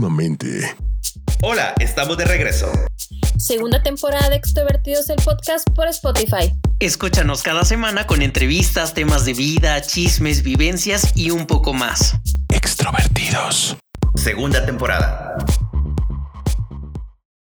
próximamente. Hola, estamos de regreso. Segunda temporada de Extrovertidos el podcast por Spotify. Escúchanos cada semana con entrevistas, temas de vida, chismes, vivencias y un poco más. Extrovertidos. Segunda temporada.